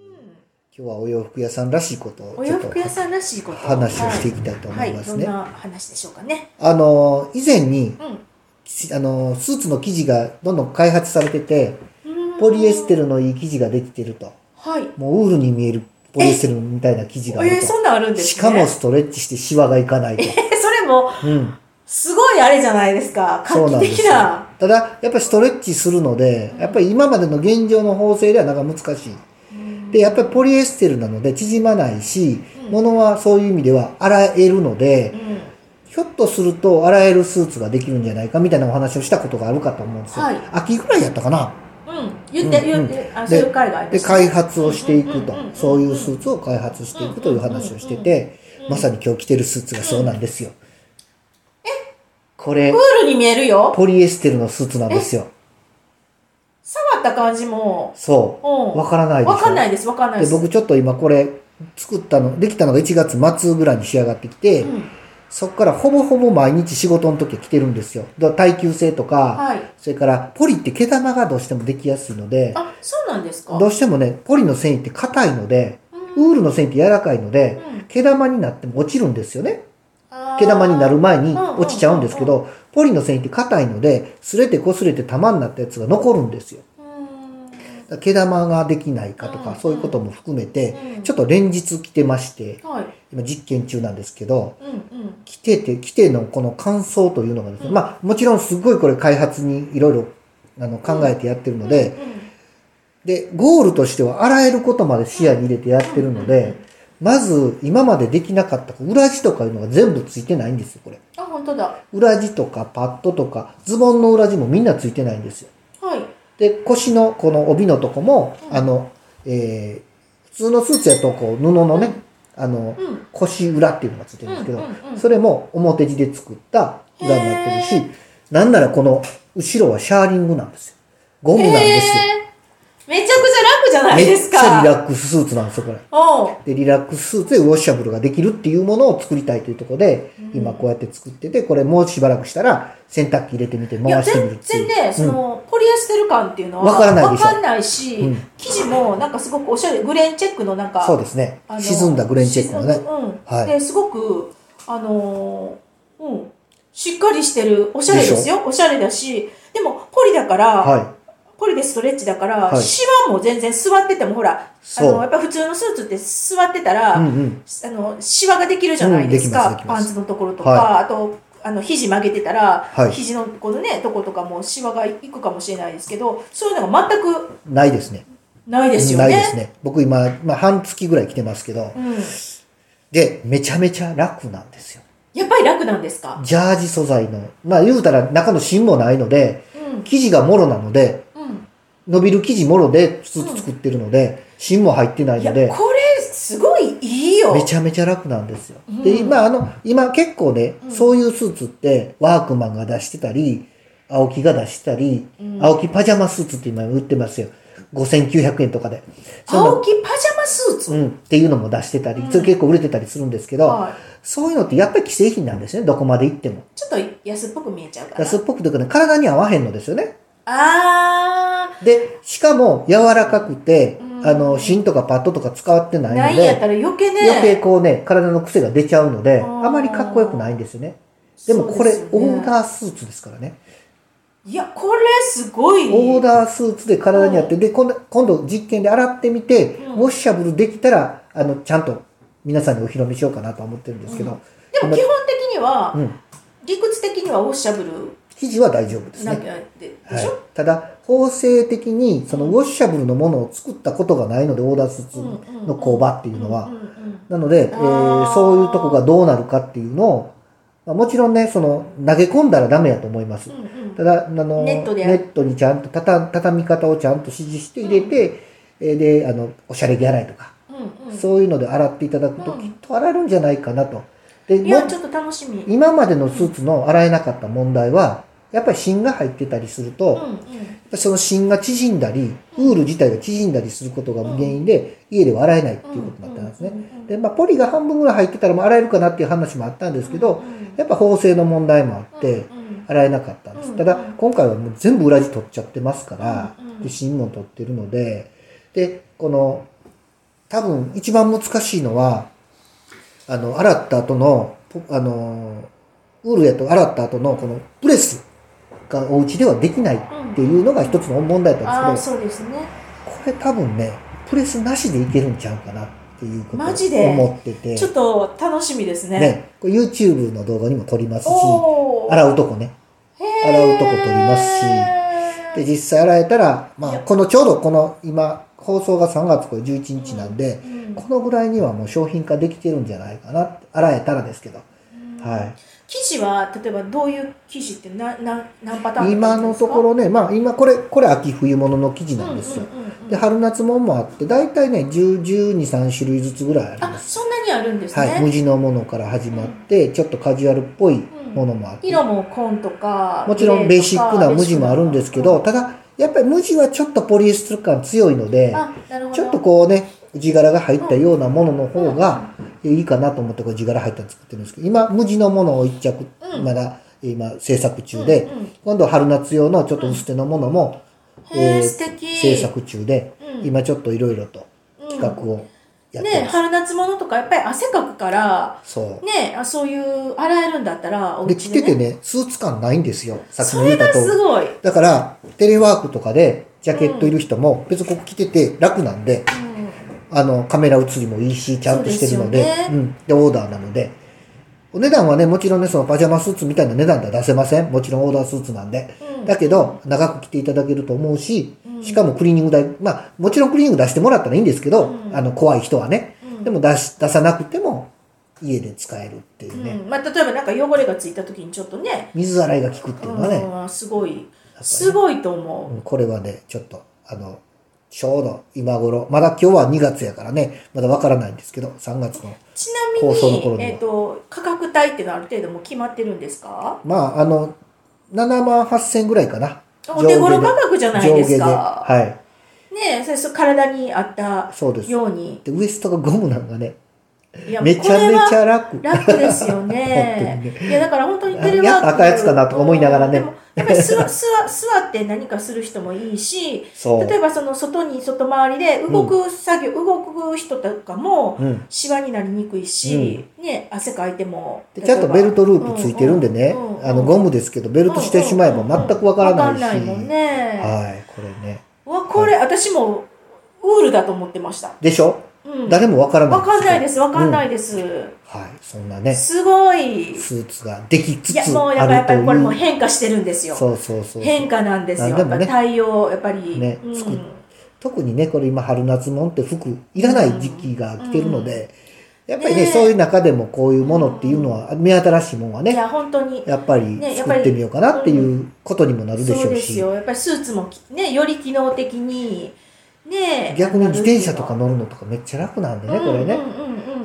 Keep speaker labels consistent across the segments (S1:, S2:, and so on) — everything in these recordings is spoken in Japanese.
S1: 今日はお洋服屋さんらしいことを
S2: お
S1: ちょ
S2: 洋
S1: っと
S2: 服屋さんらしいこと
S1: 話をしてい
S2: き
S1: きたいと思いますね。
S2: はい、どんな話でしょうかね。
S1: あの、以前に、
S2: う
S1: あの、スーツの生地がどんどん開発されてて、
S2: ん。
S1: ポリエステ
S2: ル。
S1: ルのいい生地ができてると。
S2: はい。
S1: もうウールに見えるポリエステルみたいな生地があ
S2: え
S1: る
S2: ー、そ
S1: と。
S2: んなんあるんですね。
S1: しかもストレッチしてシワがいか ないと。
S2: えそれも、
S1: うん。
S2: すごいあれじゃないですか。
S1: そ
S2: 画
S1: うな
S2: 期
S1: んです
S2: 的
S1: よ
S2: な。
S1: ただ、やっぱりストレッチするので
S2: う、ん
S1: やっぱり今までの現状の縫製ではなかなか難しい。で、やっぱりポリエステルなので縮まないし、
S2: うん
S1: 物はそういう意味では洗えるので
S2: う、ん。
S1: ひょっとすると洗えるスーツができるんじゃないかみたいなお話をしたことがあるかと思うんですよ。
S2: はい
S1: 秋ぐらいやったかな。
S2: うん。言って、
S1: うん
S2: 言って、あ、そういう会がありま
S1: で、
S2: した
S1: 開
S2: ね
S1: 発をしていくと
S2: うんうんうんうんう。ん
S1: そういうスーツを開発していくという話をしてて、
S2: うん
S1: まさに今日着てるスーツがそうなんですよ。これ
S2: プ、ールに見えるよ。
S1: ポリエステルのスーツなんですよ。
S2: 触った感じも。
S1: そうう。
S2: ん。
S1: わからないでしょ
S2: わかんないです、わかんないで。
S1: です僕ちょっと今これ作ったのできたのが1月末ぐらいに仕上がってきて、
S2: うん。
S1: そこからほぼほぼ毎日仕事の時は着てるんですよだから耐久性とか、
S2: はい。
S1: それからポリって毛玉がどうしてもできやすいので
S2: あ、そうなんですか。
S1: どうしてもねポリの繊維って硬いので
S2: うん
S1: ウールの繊維って柔らかいので
S2: うん
S1: 毛玉になっても落ちるんですよね
S2: あー
S1: 毛玉になる前に
S2: うんうんうん
S1: 落ちちゃうんですけどポリの繊維って硬いので擦れて擦れて玉になったやつが残るんですよ
S2: うん
S1: だから毛玉ができないかと
S2: うん
S1: か
S2: うん
S1: そういうことも含めて
S2: うん
S1: ちょっと連日着てまして
S2: はい。
S1: 今実験中なんですけど、
S2: うんうん。
S1: 来てて、来てのこの感想というのがですね、
S2: うん
S1: まあもちろんすごいこれ開発にいろいろあの考えてやってるので、で、ゴールとしては洗えることまで視野に入れてやってるの
S2: うんうんうん
S1: で、まず今までできなかった裏地とかいうのが全部ついてないんですよ、これ。
S2: あ、本当だ。
S1: 裏地とかパッドとかズボンの裏地もみんなついてないんですよ。
S2: はい。
S1: で、腰のこの帯のとこも、
S2: うん
S1: あの、えー、普通のスーツやとこう布のね、あの、
S2: うん。
S1: 腰裏っていうのがついてるんですけど、
S2: うんうんうん
S1: それも表地で作った裏になってる
S2: へ
S1: し、なんならこの後ろはシャーリングなんですよ。ゴムなんですよ。
S2: へーめちゃくちゃ楽じゃない
S1: め
S2: で
S1: っ
S2: す
S1: ち
S2: か。
S1: ゃリラックススーツなんですよ、これ。
S2: おう
S1: で、リラックススーツでウォッシャブルができるっていうものを作りたいというところで、
S2: うん
S1: 今こうやって作ってて、これもうしばらくしたら洗濯機入れてみて
S2: いや
S1: 回してみるっ
S2: 全
S1: ていう。
S2: 然ね、そのポリエステル感っていうのは
S1: わからないでしょ
S2: わかんないし、
S1: うん
S2: 生地もなんかすごくおしゃれグレーンチェックのなん
S1: うん
S2: か
S1: そうですね
S2: あ。の
S1: 沈んだグレンチェックのね
S2: 沈。むうん
S1: はい
S2: ですごくあのーうんしっかりしてるおしゃれですよおしゃれだしでもポリだから、
S1: は
S2: ポリでストレッチだから、
S1: はい
S2: シワも全然座っててもほらあ
S1: そう
S2: のやっぱ普通のスーツって座ってたら、
S1: い。うんうん。
S2: あのシワができるじゃないですか、
S1: うんできますできま
S2: パン
S1: す
S2: ツのところとか、
S1: は
S2: あとあの肘曲げてたら、
S1: はい
S2: 肘のこのねとことかもシワがいくかもしれないですけどそういうのが全く
S1: ないですね。
S2: ないですよ
S1: な
S2: ね。
S1: いですね。僕今、まあ半月ぐらい着てますけど、
S2: うん、
S1: で、めちゃめちゃ楽なんですよ。
S2: やっぱり楽なんですか、
S1: ジャージ素材の、まあ言うたら中の芯もないので、
S2: うん
S1: 生地がもろなので、
S2: う、
S1: 伸びる生地もろでスーツ作ってるので、芯も入ってなんい
S2: いや
S1: の
S2: こ
S1: で、
S2: れすごいいいよ。
S1: めちゃめちゃ楽なんですよ。
S2: うん
S1: で、今、あの、今結構ね
S2: う、ん
S1: そういうスーツってワークマンが出してたり、青木が出したり
S2: うん、
S1: 青木パジャマスーツって今売ってますよ。5900円とかで。そういう
S2: 青
S1: の
S2: 木パジャマスーツ、
S1: うん、っていうのも出してたり
S2: う、ん
S1: それ結構売れてたりするんですけど、
S2: はい
S1: そういうのってやっぱり既製品なんですね、どこまで行っても。
S2: ちょっと安っぽく見えちゃうから。
S1: 安っぽくというかね、体に合わへんのですよね。
S2: あ
S1: で、しかも柔らかくて、
S2: うん
S1: あの、芯とかパッドとか使って
S2: ー
S1: な
S2: ないい
S1: の
S2: んやった
S1: で、
S2: ら余計ね。
S1: 余計こうね、体の癖が出ちゃうので、
S2: あー
S1: あまりかっこよくないんですよね。でもこれ、
S2: そうですよね
S1: オーダースーツですからね。
S2: いやこれすごい。
S1: オーダースーツで体に合って、で、今度、今度実験で洗ってみて、
S2: うん
S1: ウォッシャブルできたら、あの、ちゃんと皆さんにお披露目しようかなとは思ってるんですけど、
S2: でも基本的には、
S1: うん。
S2: 理屈的にはウォッシャブル
S1: 生地は大丈夫です
S2: な
S1: ね
S2: き。ゃで,、で
S1: は
S2: し
S1: い
S2: ょ、、
S1: ただ法制的にそのウォッシャブルのものを作ったことがないのでオーダースーツの工場っていうのは、
S2: んんん
S1: なので、え
S2: あー
S1: ーそういうとこがどうなるかっていうのを、まあ、もちろんねその投げ込んだらダメやと思います、
S2: うんうん
S1: ただあの
S2: ネットで
S1: にちゃんとたた畳み方をちゃんと指示して入れて、えーであのおしゃれ着洗いとか、
S2: うんうん
S1: そういうので洗っていただくと
S2: うん
S1: きっと洗えるんじゃないかなとで
S2: い
S1: も
S2: やちょっと楽しみ、うんうん、
S1: 今までのスーツの洗えなかった問題はやっぱり芯が入ってたりすると、その芯が縮んだり、ウール自体が縮んだりすることが原因で、家では洗えないっていうことになったんですね
S2: うんうんうんう。ん
S1: で、まあ、ポリが半分ぐらい入ってたらもう洗えるかなっていう話もあったんですけど、やっぱ縫製の問題もあって、
S2: うんうん
S1: 洗えなかったんで
S2: う
S1: す。
S2: ん
S1: ただ、今回はもう全部裏地取っちゃってますから
S2: うんう、ん
S1: で、芯も取ってるので、で、この、多分一番難しいのは、あの、洗った後の、ポあの、ウールやと洗った後のこのプレスがお家ではできないっていうのが一つの問題だったん
S2: ああ
S1: です
S2: そうですね
S1: けど、これ多分ね、プレスなしでいけるんちゃうかなっていうことを
S2: マジで
S1: 思ってて、
S2: ちょっと楽しみですね
S1: ね、これ YouTube の動画にも撮りますし、
S2: おお
S1: 洗うとこね。洗うとこ取りますしで、実際洗えたら、
S2: い
S1: まあ、
S2: や
S1: このちょうどこの今、放送が3月これ11日なんで、
S2: うん
S1: このぐらいにはもう商品化できてるんじゃないかなって、洗えたらですけど。はい。
S2: 生地は例えばどういう生地って何何何パターンとかあ
S1: 今
S2: るんで
S1: の
S2: すか
S1: ところね、まあ今これ、これ秋冬物の生地なんですよ。
S2: うんうんうんうん
S1: で、春夏もんもあって、だいたいね、10、12、3種類ずつぐらいあり
S2: あ
S1: ます。
S2: そんなにあるんですね、
S1: はい。無地のものから始まって、ちょっとカジュアルっぽいものもあって。
S2: 色も紺とか
S1: もちろんベーシックな無地もあるんですけど、
S2: た
S1: ただ、やっぱり無地はちょっとポリエステル感強いので、
S2: あなるほど
S1: ちょっとこうね、地柄が入ったようなものの方がいいかなと思って、これ地柄入ったの作ってるんですけど、今、無地のものを一着
S2: う、ん
S1: まだ今制作中で
S2: うんうん、
S1: 今度は春夏用のちょっと薄手のものも、
S2: へ
S1: え
S2: ー
S1: ー
S2: 素敵
S1: 制作中で、
S2: うん
S1: 今ちょっといろいろと企画をやって
S2: ね
S1: ます。
S2: 春夏物とかやっぱり汗かくから
S1: そう。
S2: ねあそういう洗えるんだったらお
S1: で、
S2: 家
S1: 着
S2: で、
S1: て
S2: ね、
S1: てね、スーツ感ないんですよ。さっき
S2: そ
S1: も言
S2: れ
S1: った
S2: が
S1: 通り
S2: す。ごい、うん、
S1: だから、テレワークとかで、ジャケットいる人も、別にここ着てて楽なんで、あの、カメラ映りもいいし、ちゃんとしてるので、
S2: そうですよね
S1: うん。で、オーダーなので、お値段はね、もちろんね、そのパジャマスーツみたいな値段では出せません。もちろんオーダースーツなんで。
S2: うん
S1: だけど、長く着ていただけると思うし
S2: う、ん
S1: しかもクリーニング代、まあ、もちろんクリーニング出してもらったらいいんですけど、
S2: うん
S1: あの、怖い人はね
S2: うん。
S1: でも出し、出さなくても、家で使えるっていうね。
S2: うんまあ、例えばなんか汚れがついた時にちょっとね
S1: 水洗いが効くっていうのはね、
S2: うん、すごいすごいと思う、
S1: うんこれはね、ちょっと、あの、ちょうど今頃、まだ今日は2月やからね、まだわからないんですけど、3月の。
S2: ち
S1: 放送の
S2: なみ
S1: 頃
S2: に、
S1: には
S2: えっと価格帯っていうのはある程度もう決まってるんですか
S1: まあ、あの、7万8000ぐらいかな。
S2: お手頃価格じゃないですか
S1: 上下で。はい。
S2: ねえそれそう体に合った
S1: そうです。
S2: ように
S1: で、ウエストがゴムなんかね、
S2: いや
S1: めちゃ
S2: これ
S1: め
S2: は
S1: ちゃ楽。
S2: 楽ですよね
S1: 本当に
S2: いやだから本当にテレワーク
S1: やっぱ赤いやつかなとか思いながらね
S2: でもやっぱり座座座って何かする人もいいし
S1: そう。
S2: 例えばその外に外回りで動く作業、動く人とかも
S1: うん。
S2: シワになりにくいし、ね汗かいても
S1: でちゃんとベルトループついてるんでね
S2: うんうんうん、
S1: あの、ゴムですけど、ベルトしてしまえば全くわからないし。
S2: わかんないもんね
S1: はい、これね。
S2: うわこれ私もウールだと思ってました、
S1: でしょ
S2: うん、
S1: 誰もわからない。。
S2: わかんないですわかんないいです、
S1: はい、そんなね。
S2: すごい
S1: スーツができつ
S2: い
S1: つあ
S2: や
S1: る
S2: もうやっぱやっぱ
S1: と
S2: りこれもう
S1: いう。
S2: 変化してるんですよ
S1: そうそうそうそう。
S2: 変化なんですよ、
S1: 何で
S2: やっ
S1: も
S2: ぱ
S1: ね
S2: 対応やっぱり、
S1: ね
S2: うん
S1: 作っ特にね、これ今春夏もんって服いらない時期が来てるので、やっぱりね
S2: ねえ
S1: そういう中でもこういうものっていうのは、目新しいもんはいね、
S2: や本当に
S1: やっぱり
S2: ねやっ
S1: 作
S2: ぱり
S1: ってみようかなっていうことにもなるでし
S2: そう
S1: ょう
S2: です
S1: し、
S2: よやっぱりスーツもきねより機能的にね
S1: 逆に自転車とか乗るのとかめっちゃ楽なんでね、これね。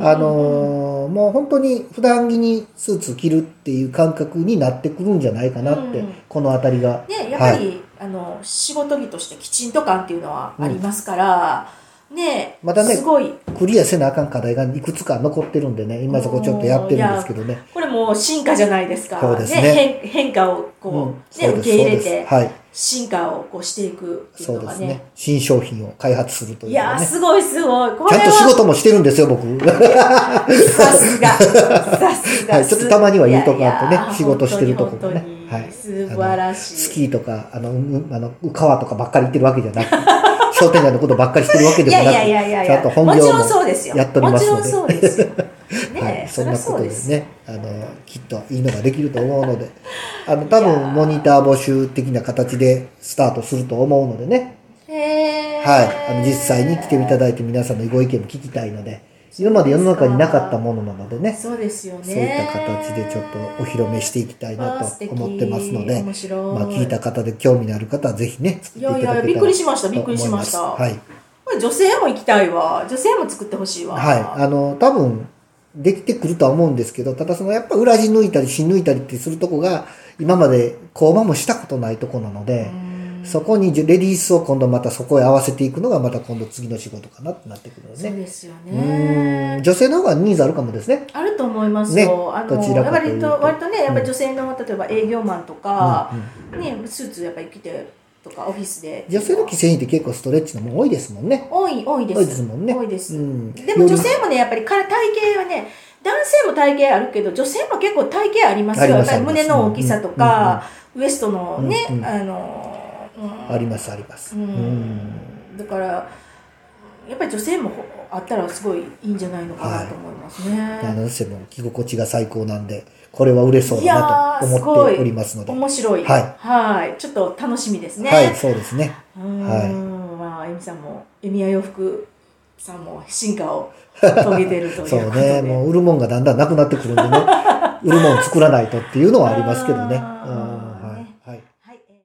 S1: あ
S2: あ
S1: のーもう本当に普段着にスーツ着るっていう感覚になってくるんじゃないかなって、
S2: うん
S1: この辺りが。
S2: ねやっぱ
S1: はい
S2: り、あの仕事着としてきちんと感っていうのはありますから、ね
S1: またね
S2: すごい
S1: クリアせなあかん課題がいくつか残ってるんでね、今そこちょっとやってるんですけどね。
S2: これもう進化じゃないですか
S1: そうですね
S2: 変変化をこう、
S1: うん
S2: ね、
S1: そうで
S2: 受
S1: す
S2: け入れ
S1: そうで
S2: て
S1: すはい。
S2: 進化をこうしていくっていう
S1: そう
S2: の
S1: で
S2: が
S1: す
S2: ね
S1: ね。新商品を開発するとい
S2: いう
S1: の
S2: や
S1: は
S2: ー
S1: ね。
S2: すごいすごいこ
S1: ち
S2: れ
S1: ゃんと仕
S2: は
S1: 事もしてるんですよ、僕。 は
S2: さすが。さすが。
S1: い、ちょっとたまには言うとこあって
S2: いやいや
S1: ね、仕事してるとこもね
S2: 本当に。
S1: は
S2: 本当に
S1: い。
S2: 素晴らしい。
S1: あのスキーとか、あの、うんあの、川とかばっかり行ってるわけじゃなくて、 商店街のことばっかりしてるわけ
S2: い
S1: でも
S2: や
S1: ないく、
S2: やいやいやい
S1: ちゃんと
S2: や。
S1: 本
S2: もち
S1: 業
S2: ろんそう
S1: も
S2: ですよ。
S1: やっておりますの
S2: も
S1: で
S2: ちろんそうですよ。ねえ、
S1: はい、そ
S2: そ
S1: ん
S2: り
S1: な
S2: ゃ
S1: こ
S2: そ
S1: と
S2: う
S1: で
S2: です。
S1: ね、あの、きっといいのができると思うので、あの、多分モニター募集的な形でスタートすると思うのでね、
S2: へー
S1: はい、あの実際に来ていただいて皆さんのご意見も聞きたいので、今まで世の中になかったものなのでね、
S2: そうですよね。
S1: そういった形でちょっとお披露目していきたいな
S2: あー素
S1: と
S2: 敵
S1: 思ってますので、
S2: 面白い
S1: まあ聞いた方で興味のある方はぜひね、作
S2: い
S1: っていただ
S2: やい
S1: けたら
S2: や、びっくりしました、びっくりしました。
S1: と思います
S2: これ女性も行きたいわ。女性も作ってほしいわ。
S1: はい。はい。あの、多分、できてくるとは思うんですけど、ただそのやっぱ裏地抜いたり、芯抜いたりってするとこが、今まで工場もしたことないとこなので、そこにレディースを今度またそこへ合わせていくのがまた今度次の仕事かなってなってくるので、
S2: そうですよ
S1: うー
S2: ね
S1: ん。女性の方がニーズあるかもですね。
S2: あると思います
S1: ね
S2: よ。あの
S1: どちら
S2: やっ
S1: か
S2: ぱ
S1: とい
S2: り
S1: うと
S2: と割とね、やっぱり女性の例えば営業マンとか
S1: うん、
S2: ねスーツやっぱり着てとかオフィスで。
S1: 女性の既製品って結構ストレッチのも多いですもんね。
S2: 多い、多いで。
S1: 多いですすもんね。
S2: 多いです
S1: うん、
S2: でも女
S1: よ
S2: 性もね、やっぱりから体型はね、男性も体型あるけど、女性も結構体型あります
S1: あり
S2: よ。や
S1: ます
S2: っぱり胸の大きさとか、ウエストのね、
S1: うんうん
S2: あの、うん
S1: りありますあります。
S2: う
S1: うん
S2: んだから、やっぱり女性もあったらすごいいいんじゃないのかなと思いますね。
S1: 何せも着心地が最高なんで、これは売れそうだなと
S2: いやー
S1: 思っておりますので。
S2: 面白い。
S1: はい
S2: はいちょっと楽しみですね。
S1: はい、そうですね。
S2: うーん、
S1: はい
S2: まあ、えみさんも、えみや洋服さんも進化を遂げてるということ
S1: そ
S2: で。
S1: うね、 もう売るもんがだんだんなくなってくるんでね、売るもん作らないとっていうのはありますけどね。
S2: あー